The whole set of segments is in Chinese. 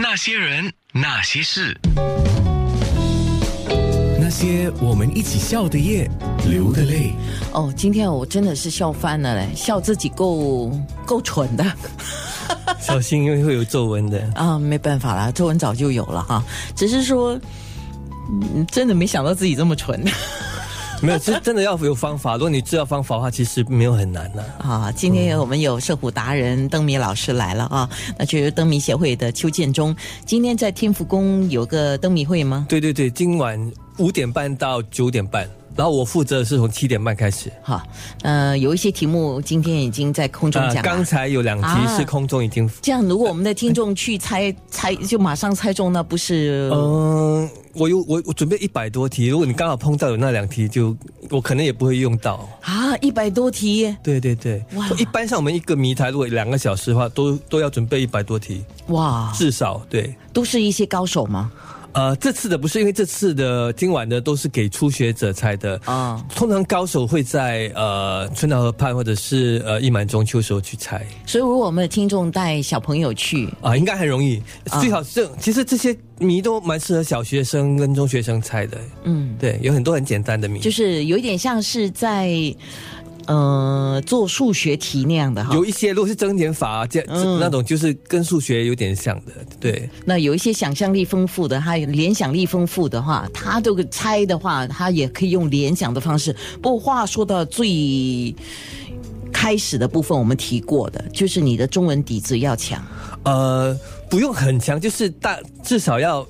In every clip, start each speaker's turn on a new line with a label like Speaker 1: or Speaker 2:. Speaker 1: 那些人，那些事，
Speaker 2: 那些我们一起笑的夜，流的泪。
Speaker 3: 哦，今天我真的是笑翻了嘞，笑自己够够蠢的
Speaker 4: 小心，因为会有皱纹的。
Speaker 3: 啊，没办法啦，皱纹早就有了哈，只是说，嗯，真的没想到自己这么蠢
Speaker 4: 没有，是真的要有方法。如果你知道方法的话，其实没有很难呐、
Speaker 3: 啊！今天我们有社虎达人灯谜老师来了啊，那就是灯谜协会的邱建中，今天在天福宫有个灯谜会吗？
Speaker 4: 对对对，今晚五点半到九点半，然后我负责的是从七点半开始。
Speaker 3: 哈，呃，有一些题目今天已经在空中
Speaker 4: 呃，
Speaker 3: 讲了。
Speaker 4: 刚才有两
Speaker 3: 啊
Speaker 4: 题是空中已经，
Speaker 3: 这样，如果我们的听众去猜 猜，就马上猜中，那不是？
Speaker 4: 嗯、我有我我准备一百多题，如果你刚好碰到有那两题就，我可能也不会用到。
Speaker 3: 啊，一百多题耶，
Speaker 4: 对对对
Speaker 3: 哇，
Speaker 4: 一般像我们一个谜台，如果两个小时的话，都都要准备一百多题，
Speaker 3: 哇，
Speaker 4: 至少对。
Speaker 3: 都是一些高手吗？
Speaker 4: 呃，这次的不是，因为这次的今晚的都是给初学者猜的
Speaker 3: 啊
Speaker 4: 通常高手会在呃春岛河畔或者是呃一满中秋时候去猜
Speaker 3: 所以，如果我们的听众带小朋友去，
Speaker 4: 啊、应该很容易。
Speaker 3: 啊
Speaker 4: 最好是其实这些谜都蛮适合小学生跟中学生猜的，
Speaker 3: 嗯，
Speaker 4: 对，有很多很简单的谜，
Speaker 3: 就是有一点像是在呃做数学题那样的哈。
Speaker 4: 有一些如果是增减法啊这、
Speaker 3: 嗯
Speaker 4: 那种，就是跟数学有点像的，对。
Speaker 3: 那有一些想象力丰富的，还有联想力丰富的话，他这个猜的话，他也可以用联想的方式。不过话说到最开始的部分，我们提过的，就是你的中文底子要强。
Speaker 4: 呃，不用很强，就是大至少要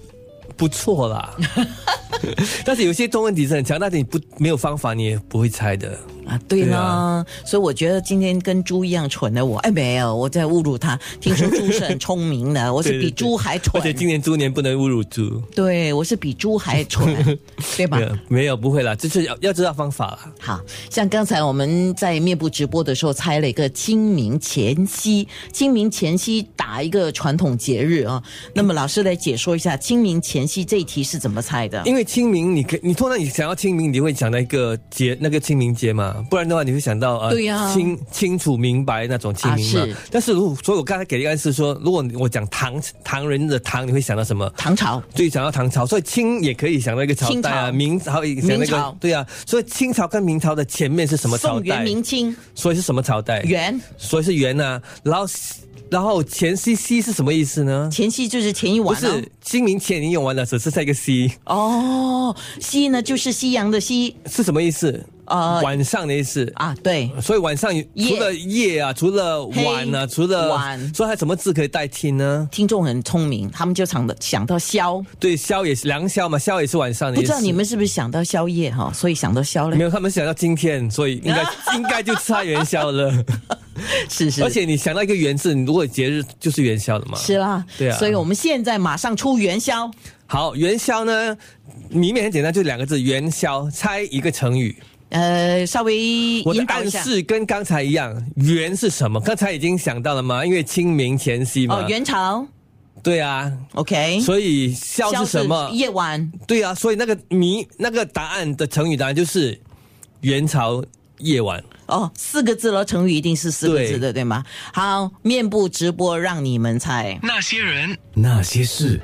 Speaker 4: 不 错啦。但是有些中文底子很强，但是你不没有方法，你也不会猜的。
Speaker 3: 啊，对
Speaker 4: 对
Speaker 3: 呢，
Speaker 4: 啊
Speaker 3: 所以我觉得今天跟猪一样蠢的我，哎，没有，我在侮辱他。听说猪是很聪明 的，我是
Speaker 4: 对对
Speaker 3: 比
Speaker 4: 对
Speaker 3: 猪还
Speaker 4: 而
Speaker 3: 蠢，
Speaker 4: 且今年猪年不能侮辱猪。
Speaker 3: 对我是比猪还 蠢，对吧
Speaker 4: 没？有，没有，不会啦，就是要要知道方法啦。
Speaker 3: 好像刚才我们在面部直播的时候猜了一个清明前夕，清明前夕打一个传统节日啊。那么老师来解说一下清明前夕这一题是怎么猜的？
Speaker 4: 因为清明，你可你通常你想要清明，你会想到一个节，那个清明节嘛，不然的话你会想到呃，
Speaker 3: 对呀
Speaker 4: 清清楚明白那种清明嘛。
Speaker 3: 啊是
Speaker 4: 但是如果所以我刚才给的暗示说，如果我讲唐唐人的唐，你会想到什么？
Speaker 3: 唐朝
Speaker 4: 所以想到唐朝，所以清也可以想到一个朝代
Speaker 3: 清朝
Speaker 4: 啊，明朝也想那
Speaker 3: 明朝
Speaker 4: 个，对啊，所以清朝跟明朝的前面是什么朝
Speaker 3: 宋元
Speaker 4: 代？
Speaker 3: 明清
Speaker 4: 所以是什么朝代？
Speaker 3: 元
Speaker 4: 所以是元啊，然后然后前夕夕是什么意思呢？
Speaker 3: 前夕就是前一
Speaker 4: 不
Speaker 3: 晚、哦，
Speaker 4: 是清明前已经用完了，只是在一个夕
Speaker 3: 哦，夕呢就是夕阳的夕
Speaker 4: 是什么意思？
Speaker 3: 呃
Speaker 4: 晚上的意思。
Speaker 3: 啊，对，
Speaker 4: 所以晚上
Speaker 3: 夜
Speaker 4: 除了夜啊，除了晚
Speaker 3: 黑
Speaker 4: 啊，除了
Speaker 3: 晚
Speaker 4: 所以它什么字可以代替呢？
Speaker 3: 听众很聪明，他们就想的想到宵，
Speaker 4: 对，宵也是良宵嘛，宵也是晚上的意
Speaker 3: 不
Speaker 4: 思。
Speaker 3: 知道你们是不是想到宵夜哈，所以想到宵
Speaker 4: 没
Speaker 3: 嘞，
Speaker 4: 有？他们想到今天，所以 应该应该就差元宵了。
Speaker 3: 是是，
Speaker 4: 而且你想到一个元字，你如果节日就是元宵了嘛。
Speaker 3: 是啦，
Speaker 4: 对啊
Speaker 3: 所以我们现在马上出元宵，
Speaker 4: 好，元宵呢，谜面很简单，就两个字，元宵，猜一个成语。
Speaker 3: 呃，稍微
Speaker 4: 我的
Speaker 3: 引导
Speaker 4: 暗
Speaker 3: 一下。
Speaker 4: 示跟刚才一样，元是什么？刚才已经想到了吗？因为清明前夕嘛。
Speaker 3: 哦，元朝
Speaker 4: 对啊，
Speaker 3: ，OK，
Speaker 4: 所以宵
Speaker 3: 宵
Speaker 4: 是什么？
Speaker 3: 夜晚
Speaker 4: 对啊，所以那个谜那个答案的成语答案就是元朝夜晚。
Speaker 3: 哦，四个字了，成语一定是四个
Speaker 4: 对
Speaker 3: 字的，对吗？好，面部直播让你们猜。
Speaker 1: 那些人。
Speaker 2: 那些事。